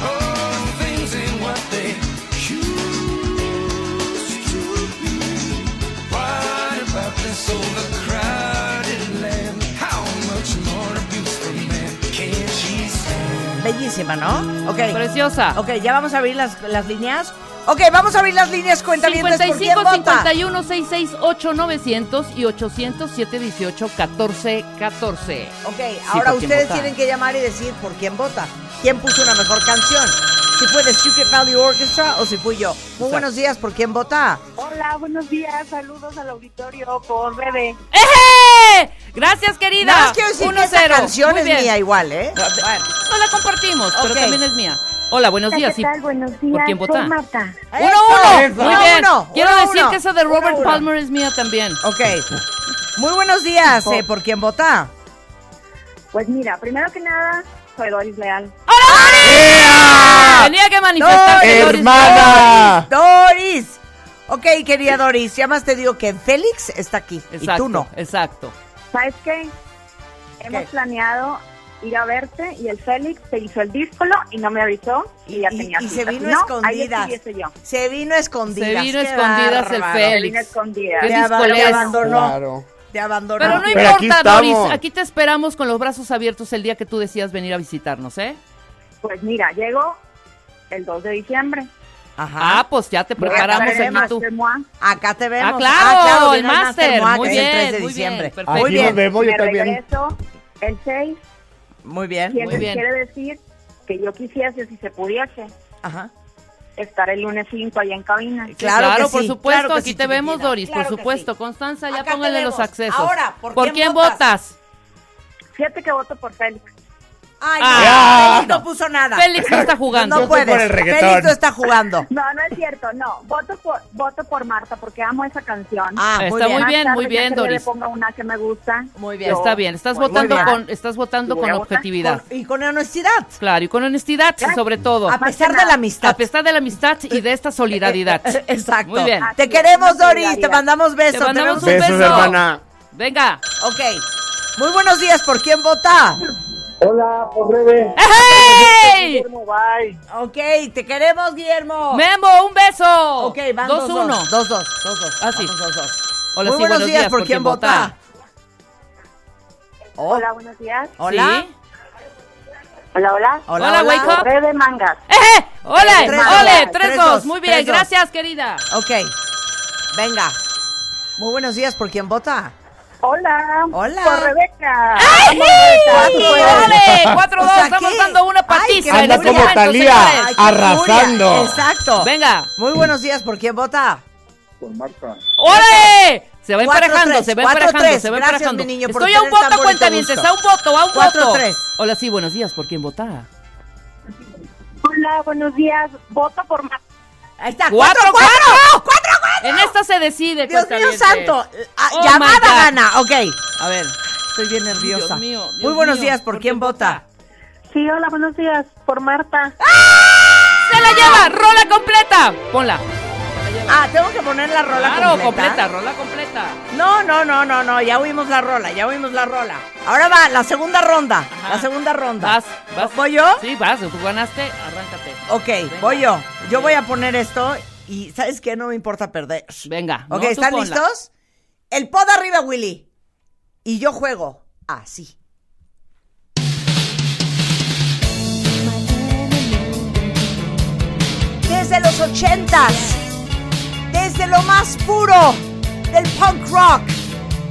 [SPEAKER 8] Oh, Oh,
[SPEAKER 1] bellísima, ¿no? Ok.
[SPEAKER 5] Preciosa.
[SPEAKER 1] Ok, ya vamos a abrir las, las líneas. Ok, vamos a abrir las líneas, cuenta bien, ¿por quién
[SPEAKER 5] 55
[SPEAKER 1] vota?
[SPEAKER 5] 51 668 900 y 800 718 1414.
[SPEAKER 1] Ok, ahora
[SPEAKER 5] ¿por quién
[SPEAKER 1] ustedes
[SPEAKER 5] vota?
[SPEAKER 1] tienen que llamar y decir por quién vota. ¿Quién puso una mejor canción? Si fue The Secret Valley Orchestra o si fui yo. Muy buenos días, ¿por quién vota?
[SPEAKER 9] Hola, buenos días, saludos al auditorio por Bebe.
[SPEAKER 5] ¡Eje! Gracias, querida.
[SPEAKER 1] Nada más quiero decir que esta
[SPEAKER 5] 1-0.
[SPEAKER 1] canción
[SPEAKER 5] Muy
[SPEAKER 1] es
[SPEAKER 5] bien.
[SPEAKER 1] mía igual, ¿eh?
[SPEAKER 5] Bueno, no la compartimos, pero
[SPEAKER 1] Ok.
[SPEAKER 5] también es mía. Hola, buenos días.
[SPEAKER 9] ¿Qué
[SPEAKER 5] y-
[SPEAKER 9] tal? Buenos días,
[SPEAKER 5] ¿Por quién vota?
[SPEAKER 9] soy Marta.
[SPEAKER 5] ¡Uno,
[SPEAKER 1] Eso,
[SPEAKER 5] uno! Muy
[SPEAKER 1] eso.
[SPEAKER 5] bien.
[SPEAKER 1] Uno, uno,
[SPEAKER 5] Quiero
[SPEAKER 1] uno,
[SPEAKER 5] decir
[SPEAKER 1] uno.
[SPEAKER 5] que esa de
[SPEAKER 1] Uno,
[SPEAKER 5] Robert
[SPEAKER 1] uno.
[SPEAKER 5] Palmer es mía también.
[SPEAKER 1] Ok. Muy buenos días, eh, ¿por quién vota?
[SPEAKER 9] Pues mira, primero que nada, soy Doris Leal.
[SPEAKER 1] Ah.
[SPEAKER 5] Tenía que "Oh". manifestarse. Doris.
[SPEAKER 2] ¡Hermana!
[SPEAKER 1] Doris. Ok, querida Doris, ya más te digo que Félix está aquí
[SPEAKER 5] Exacto,
[SPEAKER 1] y tú no.
[SPEAKER 5] Exacto.
[SPEAKER 9] ¿Sabes qué? Hemos
[SPEAKER 1] ¿Qué?
[SPEAKER 9] planeado ir a verte y el Félix se hizo el díscolo y no me avisó y ya
[SPEAKER 1] Y-
[SPEAKER 9] tenía
[SPEAKER 1] y se
[SPEAKER 9] cita.
[SPEAKER 1] vino
[SPEAKER 9] Si no,
[SPEAKER 1] escondidas.
[SPEAKER 9] Ahí estuviese yo.
[SPEAKER 1] Se vino escondidas.
[SPEAKER 5] Se vino
[SPEAKER 1] qué
[SPEAKER 5] escondidas el
[SPEAKER 1] bárbaro.
[SPEAKER 9] Se vino
[SPEAKER 5] Félix.
[SPEAKER 9] escondida.
[SPEAKER 5] Qué
[SPEAKER 1] Te, aba-
[SPEAKER 5] díscolo
[SPEAKER 1] te
[SPEAKER 5] es.
[SPEAKER 1] abandonó.
[SPEAKER 2] Claro.
[SPEAKER 1] Te abandonó.
[SPEAKER 5] Pero no
[SPEAKER 2] Pero aquí
[SPEAKER 5] importa, Doris.
[SPEAKER 2] estamos.
[SPEAKER 5] Aquí te esperamos con los brazos abiertos el día que tú decías venir a visitarnos, ¿eh?
[SPEAKER 9] Pues mira, llegó el 2 de diciembre.
[SPEAKER 1] Ajá.
[SPEAKER 5] Ah, pues ya te preparamos
[SPEAKER 9] Estaremos
[SPEAKER 5] aquí tú.
[SPEAKER 9] en Moa.
[SPEAKER 1] Acá te vemos.
[SPEAKER 5] Ah, claro, el
[SPEAKER 1] viene
[SPEAKER 5] máster.
[SPEAKER 1] Moac,
[SPEAKER 5] Muy
[SPEAKER 1] es
[SPEAKER 5] bien,
[SPEAKER 1] el 3 de
[SPEAKER 5] muy bien,
[SPEAKER 1] diciembre.
[SPEAKER 5] perfecto.
[SPEAKER 1] Muy
[SPEAKER 2] Aquí nos
[SPEAKER 1] bien,
[SPEAKER 2] vemos, yo
[SPEAKER 9] me
[SPEAKER 2] también.
[SPEAKER 9] regreso el 6
[SPEAKER 1] muy bien.
[SPEAKER 9] y
[SPEAKER 5] Muy
[SPEAKER 9] eso
[SPEAKER 5] bien.
[SPEAKER 9] quiere decir que yo quisiese, si se pudiese,
[SPEAKER 1] Ajá.
[SPEAKER 9] estar el lunes 5 allá en cabina.
[SPEAKER 5] Sí,
[SPEAKER 1] Claro
[SPEAKER 5] Claro,
[SPEAKER 1] que
[SPEAKER 5] por
[SPEAKER 1] sí,
[SPEAKER 5] supuesto,
[SPEAKER 1] claro que
[SPEAKER 5] aquí
[SPEAKER 1] sí,
[SPEAKER 5] te vemos,
[SPEAKER 1] chiquitita.
[SPEAKER 5] Doris,
[SPEAKER 1] Claro que
[SPEAKER 5] por supuesto.
[SPEAKER 1] sí.
[SPEAKER 5] Constanza, ya
[SPEAKER 1] Acá te
[SPEAKER 5] póngale los
[SPEAKER 1] vemos.
[SPEAKER 5] accesos.
[SPEAKER 1] Ahora, ¿por quién votas?
[SPEAKER 5] votas?
[SPEAKER 9] Fíjate que voto por Félix.
[SPEAKER 1] Ay,
[SPEAKER 5] Ah.
[SPEAKER 1] no, Félix no puso nada.
[SPEAKER 5] Félix no está jugando.
[SPEAKER 1] no
[SPEAKER 2] Yo
[SPEAKER 1] puedes.
[SPEAKER 2] estoy por el reggaetón.
[SPEAKER 1] Félix no está jugando.
[SPEAKER 9] No, no es cierto, no. Voto por, voto por Marta porque amo esa canción.
[SPEAKER 1] Ah, muy bien.
[SPEAKER 5] Está muy bien.
[SPEAKER 9] tarde, ya
[SPEAKER 5] bien,
[SPEAKER 9] que yo
[SPEAKER 5] Doris.
[SPEAKER 9] le ponga una que me gusta.
[SPEAKER 1] Muy bien.
[SPEAKER 9] yo-
[SPEAKER 5] Está bien, estás
[SPEAKER 9] Muy
[SPEAKER 5] votando
[SPEAKER 9] bien.
[SPEAKER 5] con estás votando
[SPEAKER 9] Voy
[SPEAKER 5] con
[SPEAKER 9] a votar.
[SPEAKER 5] objetividad.
[SPEAKER 1] Y con honestidad.
[SPEAKER 5] Claro, y con honestidad y sobre todo.
[SPEAKER 1] pues. A
[SPEAKER 9] Más
[SPEAKER 1] pesar
[SPEAKER 9] que
[SPEAKER 1] de
[SPEAKER 9] nada.
[SPEAKER 1] la amistad.
[SPEAKER 5] A pesar de la amistad y de esta solidaridad.
[SPEAKER 1] Eh, eh, Exacto.
[SPEAKER 5] Muy bien.
[SPEAKER 1] Te
[SPEAKER 9] Así es,
[SPEAKER 1] queremos,
[SPEAKER 9] una
[SPEAKER 1] Doris. Te
[SPEAKER 9] solidaridad.
[SPEAKER 1] mandamos besos.
[SPEAKER 5] Te
[SPEAKER 1] vemos-
[SPEAKER 5] mandamos un
[SPEAKER 2] Besos,
[SPEAKER 5] beso.
[SPEAKER 2] hermana.
[SPEAKER 5] Venga.
[SPEAKER 1] Ok. Muy buenos días. ¿Por quién vota?
[SPEAKER 10] Hola, por Rebe.
[SPEAKER 5] ¡Ey!
[SPEAKER 10] ¿Cómo bye.
[SPEAKER 1] Ok, te queremos, Guillermo.
[SPEAKER 5] Memo, un beso.
[SPEAKER 1] ok, van 2-1.
[SPEAKER 5] 2-1.
[SPEAKER 1] 2-2. 2-2.
[SPEAKER 5] Oh, Ah, sí.
[SPEAKER 1] Vamos, dos, dos.
[SPEAKER 5] Hola,
[SPEAKER 1] Muy
[SPEAKER 5] sí,
[SPEAKER 1] buenos, días. ¿Por
[SPEAKER 5] quién
[SPEAKER 1] quién vota? Oh,
[SPEAKER 9] Hola, buenos días.
[SPEAKER 1] Hola.
[SPEAKER 5] Sí.
[SPEAKER 9] Hola, hola.
[SPEAKER 1] Hola,
[SPEAKER 5] Hola,
[SPEAKER 1] hola.
[SPEAKER 5] wake up.
[SPEAKER 9] Corre de mangas.
[SPEAKER 5] ¡Eh! ¡Ole!
[SPEAKER 1] Tres,
[SPEAKER 5] ¡Ole!
[SPEAKER 1] dos. Tres,
[SPEAKER 5] 3-2.
[SPEAKER 1] dos.
[SPEAKER 5] Muy bien,
[SPEAKER 1] Tres, dos.
[SPEAKER 5] gracias, querida.
[SPEAKER 1] Ok. Venga. Muy buenos días. ¿Por quién vota?
[SPEAKER 9] Hola.
[SPEAKER 1] Hola.
[SPEAKER 9] Por Rebeca.
[SPEAKER 5] Ah. ¡Ay!
[SPEAKER 1] tú
[SPEAKER 5] ¡Ole!
[SPEAKER 1] puedes.
[SPEAKER 5] 4-2,
[SPEAKER 1] O sea,
[SPEAKER 5] estamos
[SPEAKER 1] ¿qué?
[SPEAKER 5] dando una
[SPEAKER 1] Ay,
[SPEAKER 5] patiza
[SPEAKER 1] qué
[SPEAKER 5] en
[SPEAKER 1] Anda
[SPEAKER 5] este
[SPEAKER 1] como
[SPEAKER 5] momento,
[SPEAKER 2] Thalía.
[SPEAKER 5] señores.
[SPEAKER 1] Ay, qué
[SPEAKER 2] Arrasando.
[SPEAKER 1] furia. Exacto.
[SPEAKER 5] Venga.
[SPEAKER 1] Muy buenos días. ¿Por quién vota?
[SPEAKER 10] Por Marta.
[SPEAKER 5] ¡Ole! Se va
[SPEAKER 1] Cuatro,
[SPEAKER 5] emparejando,
[SPEAKER 1] tres,
[SPEAKER 5] se va
[SPEAKER 1] cuatro,
[SPEAKER 5] emparejando,
[SPEAKER 1] tres.
[SPEAKER 5] se va
[SPEAKER 1] Gracias,
[SPEAKER 5] emparejando.
[SPEAKER 1] mi niño, por
[SPEAKER 5] Estoy a un
[SPEAKER 1] tener tan
[SPEAKER 5] voto,
[SPEAKER 1] bonito
[SPEAKER 5] cuentamientos,
[SPEAKER 1] gusto.
[SPEAKER 5] a un voto, a un
[SPEAKER 1] Cuatro,
[SPEAKER 5] voto.
[SPEAKER 1] tres.
[SPEAKER 5] Hola, sí, buenos días, ¿por quién vota?
[SPEAKER 9] Hola, buenos días. Voto por Marta.
[SPEAKER 1] Ahí está.
[SPEAKER 5] ¡Cuatro,
[SPEAKER 1] ¡Cuatro, cuatro!
[SPEAKER 5] cuatro!
[SPEAKER 1] ¡Cuatro, cuatro!
[SPEAKER 5] En esta se decide,
[SPEAKER 1] Dios mío
[SPEAKER 5] cuentavientes.
[SPEAKER 1] santo. Ah,
[SPEAKER 5] Oh, my
[SPEAKER 1] llamada
[SPEAKER 5] God.
[SPEAKER 1] gana. Ok.
[SPEAKER 5] A ver.
[SPEAKER 1] Estoy bien nerviosa.
[SPEAKER 5] Dios mío, Dios
[SPEAKER 1] Muy buenos
[SPEAKER 5] mío.
[SPEAKER 1] días. ¿Por, quién vota?
[SPEAKER 9] Sí, hola, buenos días. Por Marta.
[SPEAKER 5] ¡Se la lleva! ¡Rola completa! Ponla.
[SPEAKER 1] Ah, tengo que poner la rola
[SPEAKER 5] Claro,
[SPEAKER 1] completa.
[SPEAKER 5] completa, rola completa.
[SPEAKER 1] No, no, no, no, no, ya oímos la rola, ya oímos la rola. Ahora va, la segunda ronda,
[SPEAKER 5] Ajá.
[SPEAKER 1] la segunda ronda.
[SPEAKER 5] Vas, vas.
[SPEAKER 1] ¿Voy yo? Oh.
[SPEAKER 5] Sí, vas, tú ganaste, arráncate.
[SPEAKER 1] Ok,
[SPEAKER 5] Venga.
[SPEAKER 1] voy yo. Yo voy a poner esto y ¿sabes qué? No me importa perder.
[SPEAKER 5] Venga. no,
[SPEAKER 1] Ok,
[SPEAKER 5] tú
[SPEAKER 1] ¿están
[SPEAKER 5] ponla.
[SPEAKER 1] listos? El pod arriba, Willy. Y yo juego así. Desde los ochentas, desde lo más puro del punk rock,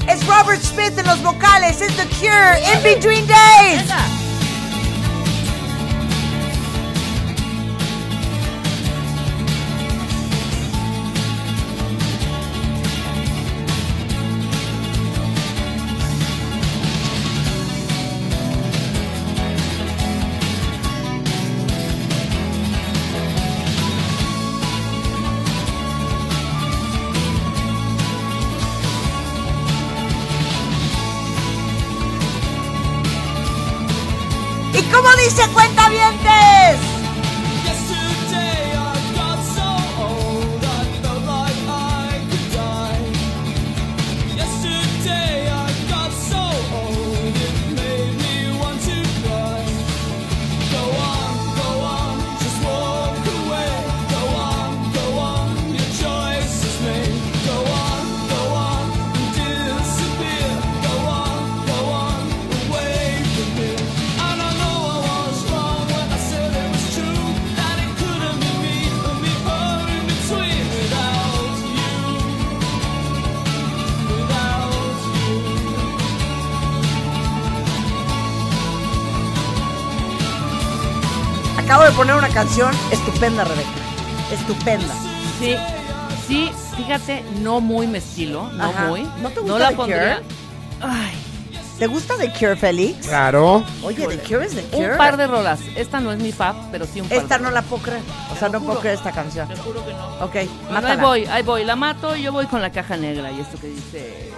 [SPEAKER 1] es Robert Smith en los vocales, es The Cure, In Between Days.
[SPEAKER 5] Venga.
[SPEAKER 1] ¿Y cómo dice cuenta vientes?
[SPEAKER 8] Go on, go on, away from me. And I know I was wrong when I
[SPEAKER 1] poner una canción estupenda, Rebeca. Estupenda.
[SPEAKER 5] Sí, sí, fíjate, no muy mi estilo, no
[SPEAKER 1] Ajá.
[SPEAKER 5] muy.
[SPEAKER 1] ¿No te gusta
[SPEAKER 5] la
[SPEAKER 1] The
[SPEAKER 5] pondría.
[SPEAKER 1] Cure? ¿Te gusta The Cure, Félix?
[SPEAKER 2] Claro.
[SPEAKER 1] Oye, The Cure es The Cure.
[SPEAKER 5] Un par de rolas. Esta no es mi fab, pero sí un par.
[SPEAKER 1] Esta
[SPEAKER 5] de
[SPEAKER 1] no la puedo creer. O sea, no puedo
[SPEAKER 5] juro.
[SPEAKER 1] creer esta canción.
[SPEAKER 5] Te juro que no.
[SPEAKER 1] Ok,
[SPEAKER 5] Bueno, ahí
[SPEAKER 1] mátala.
[SPEAKER 5] voy, ahí voy, la mato y yo voy con la caja negra y esto que dice. eh,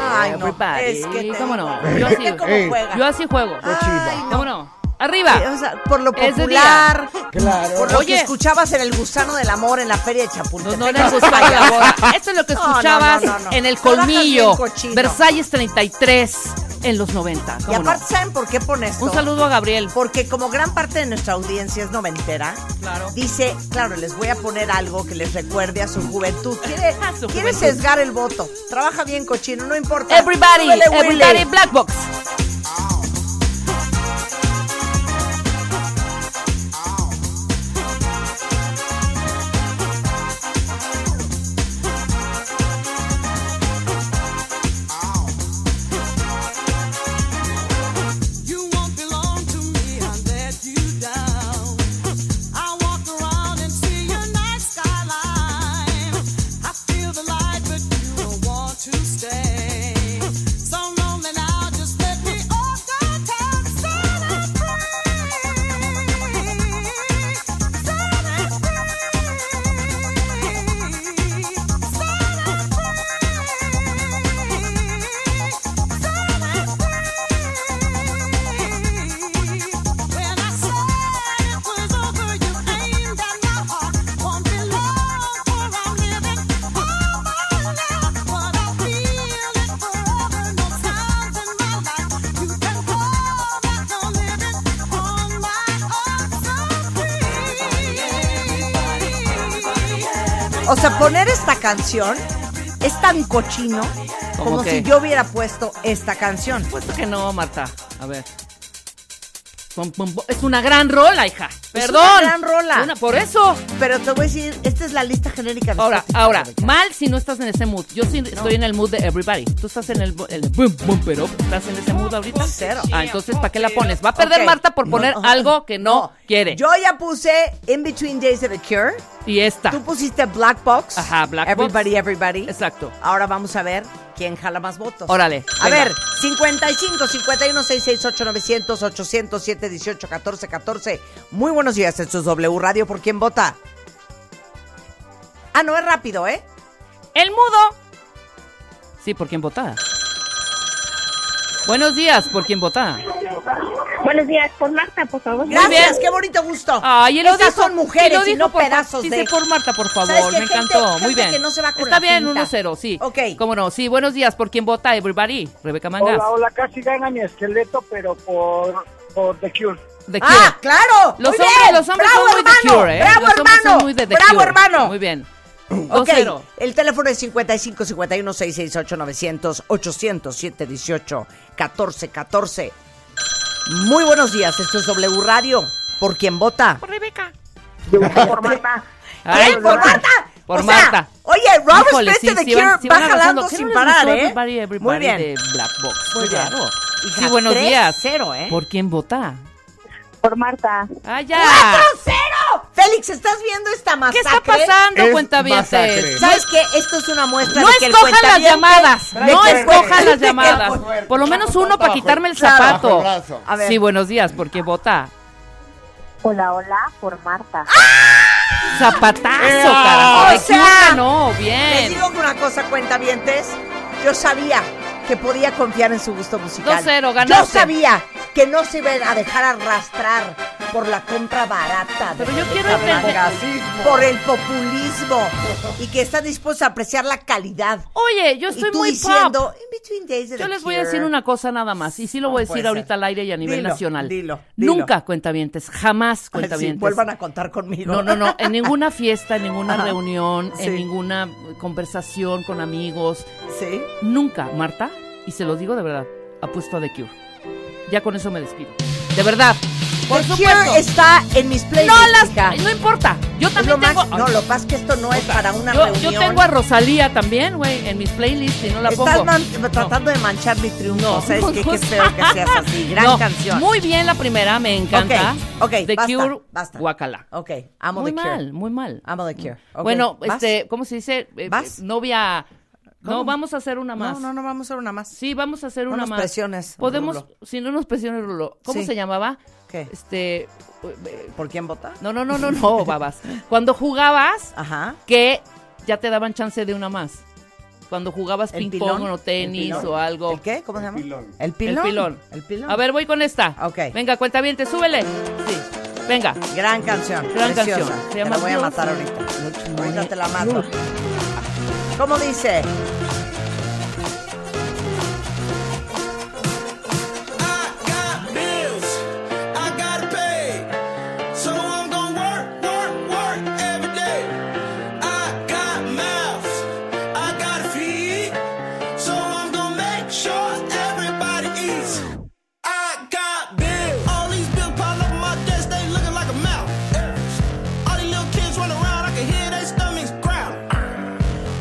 [SPEAKER 1] Ay, no,
[SPEAKER 5] everybody.
[SPEAKER 1] es que te-
[SPEAKER 5] ¿Cómo no?
[SPEAKER 1] Ey,
[SPEAKER 5] Yo así,
[SPEAKER 1] ey, cómo juega.
[SPEAKER 5] yo así juego.
[SPEAKER 1] Ay,
[SPEAKER 5] ¿Cómo no? Arriba.
[SPEAKER 1] Eh, o sea, por lo
[SPEAKER 5] Es de
[SPEAKER 1] popular,
[SPEAKER 2] Claro.
[SPEAKER 1] por lo
[SPEAKER 5] Oye.
[SPEAKER 1] que escuchabas en El Gusano del Amor en la Feria de Chapultepec.
[SPEAKER 5] No era el Gustavo
[SPEAKER 1] Ay,
[SPEAKER 5] Yabora. Esto es lo que
[SPEAKER 1] No, no, no,
[SPEAKER 5] escuchabas
[SPEAKER 1] no, no.
[SPEAKER 5] en el
[SPEAKER 1] Lo bajas bien
[SPEAKER 5] colmillo.
[SPEAKER 1] cochino.
[SPEAKER 5] Versalles 33 en los 90.
[SPEAKER 1] Y
[SPEAKER 5] ¿Cómo no?
[SPEAKER 1] aparte, ¿saben por qué pone esto?
[SPEAKER 5] Un saludo a Gabriel.
[SPEAKER 1] Porque como gran parte de nuestra audiencia es noventera,
[SPEAKER 5] Claro.
[SPEAKER 1] dice, claro, les voy a poner algo que les recuerde a su juventud. Quiere,
[SPEAKER 5] A su
[SPEAKER 1] quiere
[SPEAKER 5] juventud.
[SPEAKER 1] sesgar el voto. Trabaja bien, cochino, no importa.
[SPEAKER 5] Everybody,
[SPEAKER 1] Súbele, Willy.
[SPEAKER 5] everybody, Black Box.
[SPEAKER 8] You won't belong to me, I let you down. I walk around and see your night skyline. I feel the light, but you don't want to stay. So lonely now, just let me off the town. Set it free. Set it free. Set it free. Set it free. When I said it was over, you aimed at my heart. Won't be long for I'm living all now, but I feel it forever. No times in my life you can call that no living on my own. So
[SPEAKER 1] O sea, poner esta canción es tan cochino
[SPEAKER 5] ¿Cómo
[SPEAKER 1] como
[SPEAKER 5] qué?
[SPEAKER 1] si
[SPEAKER 5] Pues,
[SPEAKER 1] yo hubiera puesto esta canción.
[SPEAKER 5] Puesto que no, Marta. A ver. Pum, pum, pum. Es una gran rola, hija. Perdón.
[SPEAKER 1] una gran rola.
[SPEAKER 5] Una- por eso.
[SPEAKER 1] Pero te voy a decir, esta es la lista genérica de
[SPEAKER 5] Ahora,
[SPEAKER 1] Spotify,
[SPEAKER 5] ahora,
[SPEAKER 1] Rebeca.
[SPEAKER 5] mal si no estás en ese mood. Yo sí estoy en el mood de everybody. Tú estás en el, bu- el boom, boom, pero estás en ese mood ahorita.
[SPEAKER 1] Cero.
[SPEAKER 5] Ah, entonces, ¿para qué la pones? Va a perder
[SPEAKER 1] Ok.
[SPEAKER 5] Marta por poner
[SPEAKER 1] No.
[SPEAKER 5] algo que no, quiere.
[SPEAKER 1] Yo ya puse In Between Days de The Cure.
[SPEAKER 5] y esta.
[SPEAKER 1] Tú pusiste Black Box.
[SPEAKER 5] Ajá, Black Box.
[SPEAKER 1] Everybody, everybody.
[SPEAKER 5] Exacto.
[SPEAKER 1] Ahora vamos a ver quién jala más votos.
[SPEAKER 5] Órale,
[SPEAKER 1] A
[SPEAKER 5] venga.
[SPEAKER 1] ver, 55 51 668 900 807 18 14 14. Muy buenos días, esto es W Radio. ¿Por quién vota? Ah, no, es rápido, ¿eh?
[SPEAKER 5] El mudo. Sí, ¿por quién vota? Buenos días, ¿por quién vota?
[SPEAKER 7] Buenos días, con Marta, por favor.
[SPEAKER 1] Gracias,
[SPEAKER 5] bien.
[SPEAKER 1] qué bonito gusto.
[SPEAKER 5] Ay, él lo
[SPEAKER 1] Estas
[SPEAKER 5] dijo,
[SPEAKER 1] son mujeres
[SPEAKER 5] él lo
[SPEAKER 1] y
[SPEAKER 5] dijo
[SPEAKER 1] no
[SPEAKER 5] por fa-
[SPEAKER 1] pedazos
[SPEAKER 5] dice
[SPEAKER 1] de...
[SPEAKER 5] por Marta, por favor,
[SPEAKER 1] ¿Sabes qué?
[SPEAKER 5] me
[SPEAKER 1] Gente-
[SPEAKER 5] encantó,
[SPEAKER 1] gente
[SPEAKER 5] muy bien.
[SPEAKER 1] que no se va con
[SPEAKER 5] Está
[SPEAKER 1] la
[SPEAKER 5] bien,
[SPEAKER 1] finta.
[SPEAKER 5] 1-0, sí.
[SPEAKER 1] Ok.
[SPEAKER 5] Cómo no, sí, buenos días, ¿por quién vota everybody? Rebeca Mangas.
[SPEAKER 9] Hola, hola, casi gana mi esqueleto, pero por, por The Cure.
[SPEAKER 5] The
[SPEAKER 1] ¡Ah,
[SPEAKER 5] Cure.
[SPEAKER 1] claro!
[SPEAKER 5] Los
[SPEAKER 1] Muy
[SPEAKER 5] hombres,
[SPEAKER 1] bien.
[SPEAKER 5] los hombres
[SPEAKER 1] ¡Bravo,
[SPEAKER 5] son muy de
[SPEAKER 1] hermano!
[SPEAKER 5] Cure, ¿eh?
[SPEAKER 1] ¡Bravo,
[SPEAKER 5] los hombres
[SPEAKER 1] hermano!
[SPEAKER 5] son muy de The
[SPEAKER 1] ¡Bravo,
[SPEAKER 5] Cure.
[SPEAKER 1] hermano!
[SPEAKER 5] Muy bien.
[SPEAKER 1] Ok,
[SPEAKER 5] 2-0.
[SPEAKER 1] el teléfono es 55 51 668 900 807 18 14 14. Muy buenos días, esto es W Radio. ¿Por quién vota?
[SPEAKER 7] Por Marta.
[SPEAKER 5] Ay,
[SPEAKER 1] ¿Quién? ¿Por Marta?
[SPEAKER 5] Por
[SPEAKER 1] O sea,
[SPEAKER 5] Marta.
[SPEAKER 1] oye, Robert
[SPEAKER 5] Híjole,
[SPEAKER 1] Spencer
[SPEAKER 5] sí,
[SPEAKER 1] de
[SPEAKER 5] sí
[SPEAKER 1] Cure
[SPEAKER 5] van- sí
[SPEAKER 1] va
[SPEAKER 5] van avanzando.
[SPEAKER 1] jalando
[SPEAKER 5] ¿Qué
[SPEAKER 1] sin
[SPEAKER 5] les
[SPEAKER 1] parar,
[SPEAKER 5] gustó
[SPEAKER 1] ¿eh?
[SPEAKER 5] Everybody, everybody
[SPEAKER 1] Muy bien.
[SPEAKER 5] De Black Box.
[SPEAKER 1] Muy bien.
[SPEAKER 5] Claro.
[SPEAKER 1] Hija,
[SPEAKER 5] Sí, buenos días.
[SPEAKER 1] 3-0, ¿eh?
[SPEAKER 5] ¿Por quién vota?
[SPEAKER 7] Por Marta.
[SPEAKER 5] ¡Ah, ya!
[SPEAKER 1] ¡Cero! Félix, ¿estás viendo esta
[SPEAKER 5] ¿Qué
[SPEAKER 1] masacre?
[SPEAKER 5] está pasando,
[SPEAKER 2] Es masacre.
[SPEAKER 5] cuentavientes?
[SPEAKER 1] ¿Sabes qué? Esto es una muestra
[SPEAKER 5] No
[SPEAKER 1] de que el
[SPEAKER 5] escojan las
[SPEAKER 1] cuentaviente-
[SPEAKER 5] llamadas,
[SPEAKER 2] Trae
[SPEAKER 5] no
[SPEAKER 2] fuerte,
[SPEAKER 5] escojan las
[SPEAKER 2] trae
[SPEAKER 5] llamadas.
[SPEAKER 2] fuerte,
[SPEAKER 5] Por lo menos
[SPEAKER 2] bajo,
[SPEAKER 5] uno para
[SPEAKER 2] bajo,
[SPEAKER 5] quitarme el
[SPEAKER 1] claro.
[SPEAKER 2] Bajo
[SPEAKER 5] zapato.
[SPEAKER 2] el brazo.
[SPEAKER 1] A ver.
[SPEAKER 5] Sí, buenos días, porque vota.
[SPEAKER 7] Hola, hola, por Marta.
[SPEAKER 5] Ah. Zapatazo,
[SPEAKER 2] ¡Ea!
[SPEAKER 5] carajo.
[SPEAKER 1] O
[SPEAKER 5] de que
[SPEAKER 1] sea,
[SPEAKER 5] una no,
[SPEAKER 1] Les
[SPEAKER 5] bien.
[SPEAKER 1] digo una cosa, cuentavientes. Yo sabía que podía confiar en su gusto musical.
[SPEAKER 5] 2-0,
[SPEAKER 1] Yo
[SPEAKER 5] ganaste.
[SPEAKER 1] sabía que no se iban a dejar arrastrar por la compra barata. de
[SPEAKER 5] Pero yo quiero
[SPEAKER 1] Rebeca
[SPEAKER 5] entender-
[SPEAKER 1] Mangas, Por el populismo. Y que están dispuestos a apreciar la calidad.
[SPEAKER 5] Oye, yo
[SPEAKER 1] y
[SPEAKER 5] estoy
[SPEAKER 1] tú
[SPEAKER 5] muy pop.
[SPEAKER 1] diciendo, in between days of
[SPEAKER 5] Yo
[SPEAKER 1] the
[SPEAKER 5] les voy a
[SPEAKER 1] cure".
[SPEAKER 5] decir una cosa nada más, y sí lo
[SPEAKER 1] No
[SPEAKER 5] voy a
[SPEAKER 1] puede
[SPEAKER 5] decir
[SPEAKER 1] ser.
[SPEAKER 5] ahorita al aire y a nivel
[SPEAKER 1] Dilo,
[SPEAKER 5] nacional.
[SPEAKER 1] dilo, dilo.
[SPEAKER 5] Nunca cuentavientes, jamás
[SPEAKER 1] Ay, sí,
[SPEAKER 5] cuentavientes.
[SPEAKER 1] vuelvan a contar conmigo.
[SPEAKER 5] No, no, no. En ninguna fiesta, en ninguna
[SPEAKER 1] Ajá.
[SPEAKER 5] reunión,
[SPEAKER 1] Sí.
[SPEAKER 5] en ninguna eh, conversación con amigos.
[SPEAKER 1] Sí.
[SPEAKER 5] Nunca, Marta, y se lo digo de verdad, apuesto a The Cure. Ya con eso me despido. De verdad.
[SPEAKER 1] Por The Cure está en mis playlists.
[SPEAKER 5] No las- no importa. Yo también
[SPEAKER 1] lo
[SPEAKER 5] tengo-
[SPEAKER 1] Más, no, lo que pasa es que esto no es para una
[SPEAKER 5] Yo, yo
[SPEAKER 1] reunión.
[SPEAKER 5] tengo a Rosalía también, güey, en mis playlists y no la
[SPEAKER 1] Estás
[SPEAKER 5] pongo.
[SPEAKER 1] man- tratando de manchar mi triunfo.
[SPEAKER 5] No.
[SPEAKER 1] ¿Sabes qué? Qué feo que seas así. Gran
[SPEAKER 5] No,
[SPEAKER 1] canción.
[SPEAKER 5] Muy bien la primera, me encanta.
[SPEAKER 1] Ok, ok,
[SPEAKER 5] The
[SPEAKER 1] basta,
[SPEAKER 5] Cure,
[SPEAKER 1] basta.
[SPEAKER 5] Guacala.
[SPEAKER 1] Ok, amo
[SPEAKER 5] Muy
[SPEAKER 1] The Cure.
[SPEAKER 5] mal, muy mal.
[SPEAKER 1] Amo The Cure. Ok,
[SPEAKER 5] Bueno,
[SPEAKER 1] ¿vas?
[SPEAKER 5] este, ¿cómo se dice? Eh,
[SPEAKER 1] ¿Vas?
[SPEAKER 5] Novia.
[SPEAKER 1] ¿Cómo?
[SPEAKER 5] No, vamos a hacer una
[SPEAKER 1] No,
[SPEAKER 5] más.
[SPEAKER 1] no, no, vamos a hacer una más.
[SPEAKER 5] Sí, vamos a hacer
[SPEAKER 1] No
[SPEAKER 5] una
[SPEAKER 1] nos
[SPEAKER 5] más.
[SPEAKER 1] presiones,
[SPEAKER 5] Podemos,
[SPEAKER 1] Rulo.
[SPEAKER 5] si no nos presiones, Rulo. ¿Cómo
[SPEAKER 1] Sí.
[SPEAKER 5] se llamaba?
[SPEAKER 1] ¿Qué?
[SPEAKER 5] Este. eh,
[SPEAKER 1] ¿Por quién votar?
[SPEAKER 5] No, no, no, no, no, babas. Cuando jugabas,
[SPEAKER 1] Ajá.
[SPEAKER 5] que ya te daban chance de una más. Cuando jugabas
[SPEAKER 1] ¿El
[SPEAKER 5] ping
[SPEAKER 1] pilón?
[SPEAKER 5] pong o tenis
[SPEAKER 1] ¿El pilón?
[SPEAKER 5] o algo.
[SPEAKER 1] ¿El qué? ¿Cómo se llama?
[SPEAKER 2] pilón.
[SPEAKER 1] El
[SPEAKER 5] El
[SPEAKER 1] pilón.
[SPEAKER 5] pilón.
[SPEAKER 1] El pilón.
[SPEAKER 5] A ver, voy con esta.
[SPEAKER 1] Ok.
[SPEAKER 5] Venga, cuenta bien, te súbele. Sí. Venga.
[SPEAKER 1] Gran canción.
[SPEAKER 5] Gran
[SPEAKER 1] preciosa.
[SPEAKER 5] canción. Se
[SPEAKER 1] Te
[SPEAKER 5] llama
[SPEAKER 1] la voy a
[SPEAKER 5] Blues.
[SPEAKER 1] matar ahorita. Ahorita te la mato. ¿Cómo dice?
[SPEAKER 8] bills I gotta pay. So I'm gonna work, work, work every day. I got mouths, I gotta feed. So I'm gonna make sure everybody eats. I got bills. All these bills pile up on my desk, they looking like a mouth. All these little kids run around, I can hear their stomachs growl.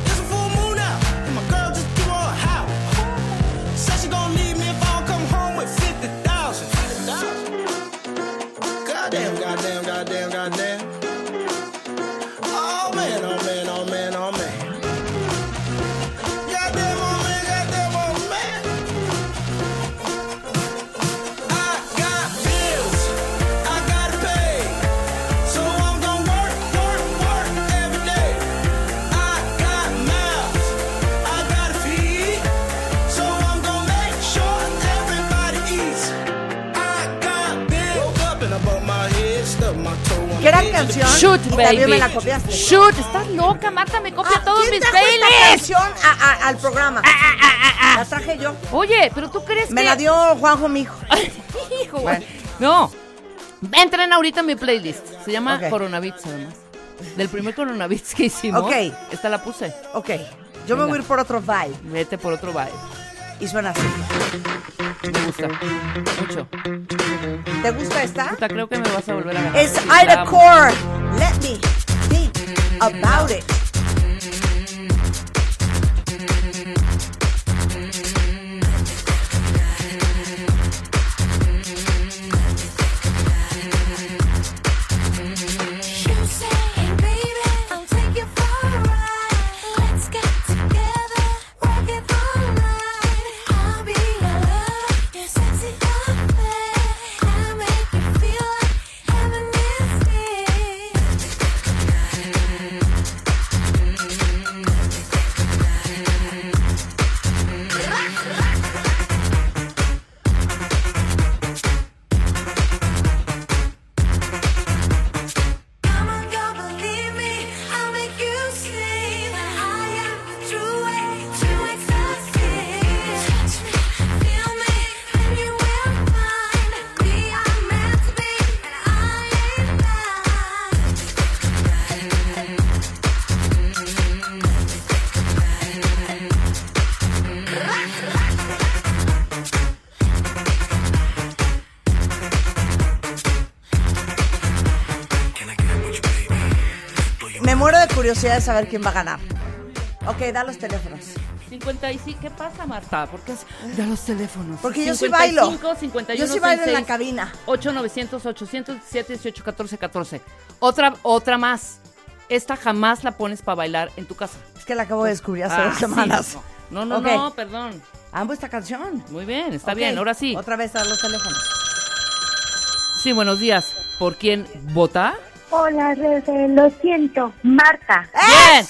[SPEAKER 8] It's a full moon out, and my girl just threw on a howl. Said she gon' leave me if I don't come home with 50,000. Goddamn, goddamn, goddamn, goddamn. Oh man, oh man, oh man, oh man. Goddamn, oh man, goddamn, oh man. I got bills, I gotta pay. So I'm gonna work, work, work every day. I got mouths, I gotta feed. So I'm gonna make sure everybody eats. I got bills. Woke up and I bumped my head, stuck my toe on the
[SPEAKER 1] Gran
[SPEAKER 8] edge of the
[SPEAKER 1] canción.
[SPEAKER 5] Shoot,
[SPEAKER 1] Y
[SPEAKER 5] baby.
[SPEAKER 1] también me la copiaste.
[SPEAKER 5] Shoot, estás loca, Marta, me copia
[SPEAKER 1] Ah,
[SPEAKER 5] todos
[SPEAKER 1] ¿quién
[SPEAKER 5] mis
[SPEAKER 1] trajo esta
[SPEAKER 5] playlists.
[SPEAKER 1] canción a- a- al programa? La traje yo.
[SPEAKER 5] Oye, pero tú crees
[SPEAKER 1] Me
[SPEAKER 5] Ah. que.
[SPEAKER 1] la dio Juanjo, mi hijo.
[SPEAKER 5] Ay, hijo.
[SPEAKER 1] Bueno.
[SPEAKER 5] No. Entren ahorita en mi playlist. Se llama
[SPEAKER 1] Ok.
[SPEAKER 5] Coronavirus, además. Del primer Coronavirus que hicimos.
[SPEAKER 1] Ok.
[SPEAKER 5] Esta la puse.
[SPEAKER 1] Ok, yo me voy a ir por otro vibe.
[SPEAKER 5] Vete por otro baile.
[SPEAKER 1] Y suena así.
[SPEAKER 5] Me gusta. Mucho.
[SPEAKER 1] ¿Te gusta esta?
[SPEAKER 5] Puta, creo que me vas a volver a ganar.
[SPEAKER 1] Es
[SPEAKER 5] Sí, la
[SPEAKER 1] Ida
[SPEAKER 5] amo.
[SPEAKER 1] Core. Let me think about it. Me muero de curiosidad de saber quién va a ganar. Ok, da los teléfonos.
[SPEAKER 5] 55. ¿Qué pasa, Marta? ¿Por qué? has- Da los teléfonos.
[SPEAKER 1] Porque yo sí
[SPEAKER 5] 55,
[SPEAKER 1] bailo.
[SPEAKER 5] 51,
[SPEAKER 1] Yo sí bailo en la
[SPEAKER 5] 66.
[SPEAKER 1] cabina.
[SPEAKER 5] 8900 800 718 14 14. Otra otra más. Esta jamás la pones para bailar en tu casa.
[SPEAKER 1] Es que la acabo de descubrir hace
[SPEAKER 5] Ah,
[SPEAKER 1] dos
[SPEAKER 5] sí,
[SPEAKER 1] semanas.
[SPEAKER 5] No, no, no,
[SPEAKER 1] Ok,
[SPEAKER 5] no, perdón.
[SPEAKER 1] Amo esta canción.
[SPEAKER 5] Muy bien, está
[SPEAKER 1] Ok,
[SPEAKER 5] bien, ahora sí.
[SPEAKER 1] Otra vez da los teléfonos.
[SPEAKER 5] Sí, buenos días. ¿Por quién vota?
[SPEAKER 9] Hola, Rebe, lo siento. Marta.
[SPEAKER 5] Bien.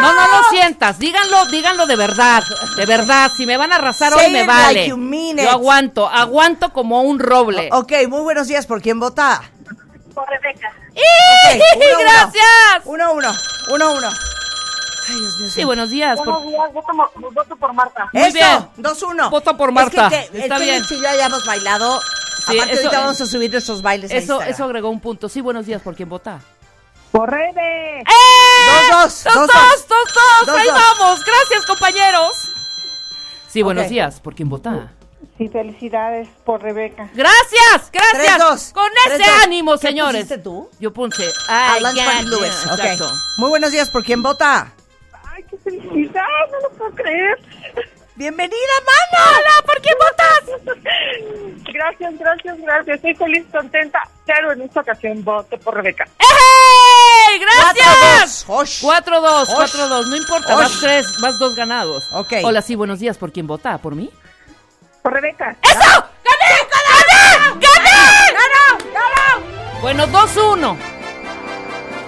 [SPEAKER 5] No, no lo sientas. Díganlo, díganlo de verdad. De verdad, si me van a arrasar
[SPEAKER 1] Say
[SPEAKER 5] hoy me
[SPEAKER 1] it like
[SPEAKER 5] vale.
[SPEAKER 1] you mean it.
[SPEAKER 5] Yo aguanto, aguanto como un roble.
[SPEAKER 1] Ok, muy buenos días. ¿Por quién vota?
[SPEAKER 9] Por Rebeca.
[SPEAKER 5] ¡Ih!
[SPEAKER 1] Ok, uno, uno.
[SPEAKER 5] ¡Gracias!
[SPEAKER 1] Uno, uno. Uno, uno. Ay, Dios mío.
[SPEAKER 5] Sí, buenos días.
[SPEAKER 9] Buenos
[SPEAKER 5] por-
[SPEAKER 9] días, voto, mo- voto por Marta.
[SPEAKER 5] Muy
[SPEAKER 1] Eso,
[SPEAKER 5] bien.
[SPEAKER 1] 2-1.
[SPEAKER 5] Voto por Marta.
[SPEAKER 1] Es que te-
[SPEAKER 5] Está
[SPEAKER 1] el
[SPEAKER 5] bien.
[SPEAKER 1] Félix y yo hayamos bailado.
[SPEAKER 5] Sí,
[SPEAKER 1] Aparte,
[SPEAKER 5] eso-
[SPEAKER 1] ahorita vamos a subir nuestros bailes a
[SPEAKER 5] Eso,
[SPEAKER 1] Instagram.
[SPEAKER 5] eso agregó un punto. Sí, buenos días. ¿Por quién vota?
[SPEAKER 9] Por Rebe.
[SPEAKER 1] Dos, dos,
[SPEAKER 5] ¡Dos,
[SPEAKER 1] dos, dos.
[SPEAKER 5] dos, Eh, dos, dos!
[SPEAKER 1] Dos,
[SPEAKER 5] ¡Ahí
[SPEAKER 1] dos.
[SPEAKER 5] vamos! ¡Gracias, compañeros! Sí, buenos
[SPEAKER 1] Ok.
[SPEAKER 5] días. ¿Por quién vota?
[SPEAKER 11] Y felicidades por Rebeca.
[SPEAKER 5] Gracias, gracias.
[SPEAKER 11] Tres, dos.
[SPEAKER 5] Con
[SPEAKER 11] Tres,
[SPEAKER 5] ese
[SPEAKER 11] dos.
[SPEAKER 5] ánimo,
[SPEAKER 11] ¿Qué
[SPEAKER 5] señores.
[SPEAKER 11] pusiste
[SPEAKER 1] tú?
[SPEAKER 5] Yo puse.
[SPEAKER 1] Ah,
[SPEAKER 5] Ay,
[SPEAKER 1] Lance
[SPEAKER 5] ya,
[SPEAKER 1] Van
[SPEAKER 5] ya,
[SPEAKER 1] Lewis, ok.
[SPEAKER 5] exacto.
[SPEAKER 1] Muy buenos días, ¿por quién vota?
[SPEAKER 9] Ay, qué felicidad, no lo puedo creer.
[SPEAKER 1] Bienvenida, mana. Hola, ¿por quién
[SPEAKER 9] votas? Gracias, gracias, gracias. Estoy feliz, contenta, pero en esta ocasión voto por Rebeca.
[SPEAKER 5] ¡Ey, gracias! 4-2, 4-2, no importa,
[SPEAKER 9] Osh.
[SPEAKER 5] vas 3, vas 2 ganados.
[SPEAKER 1] Ok.
[SPEAKER 5] Hola, sí, buenos días, ¿por quién vota? ¿Por mí?
[SPEAKER 9] Por Rebeca.
[SPEAKER 5] ¡Eso! ¡Gané, gané, gané! Bueno, 2-1.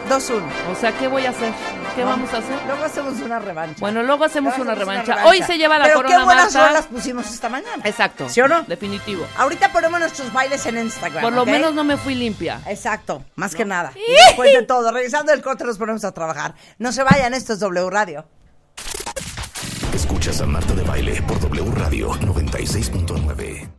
[SPEAKER 1] 2-1.
[SPEAKER 5] O sea, ¿qué voy a hacer? ¿Qué vamos a hacer?
[SPEAKER 1] Luego hacemos una revancha.
[SPEAKER 5] Bueno, luego hacemos
[SPEAKER 1] Luego
[SPEAKER 5] una
[SPEAKER 1] hacemos una
[SPEAKER 5] revancha.
[SPEAKER 1] revancha.
[SPEAKER 5] Hoy se lleva la
[SPEAKER 1] Pero
[SPEAKER 5] corona
[SPEAKER 1] qué buenas
[SPEAKER 5] Marta.
[SPEAKER 1] rolas pusimos esta mañana.
[SPEAKER 5] Exacto.
[SPEAKER 1] ¿Sí o no?
[SPEAKER 5] Definitivo.
[SPEAKER 1] Ahorita ponemos nuestros bailes en Instagram.
[SPEAKER 5] Por lo
[SPEAKER 1] ¿ok?
[SPEAKER 5] menos no me fui limpia.
[SPEAKER 1] Exacto, más que nada. Y Después de todo, regresando del corte nos ponemos a trabajar. No se vayan, esto es W Radio.
[SPEAKER 3] Escuchas a Marta de Baile por W Radio 96.9.